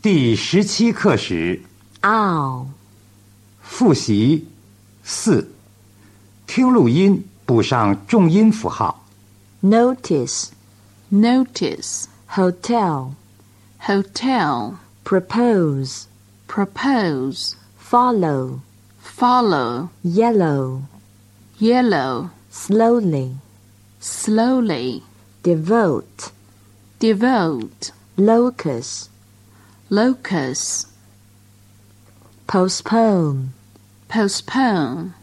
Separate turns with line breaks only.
第十七课时
owl,
复习四，听录音补上重音符号。
notice,
notice,
hotel,
hotel,
propose,
propose,
follow,
follow,
yellow,
yellow,
slowly,
slowly,
devote,
devote,
locus,
locus,
postpone,
postpone,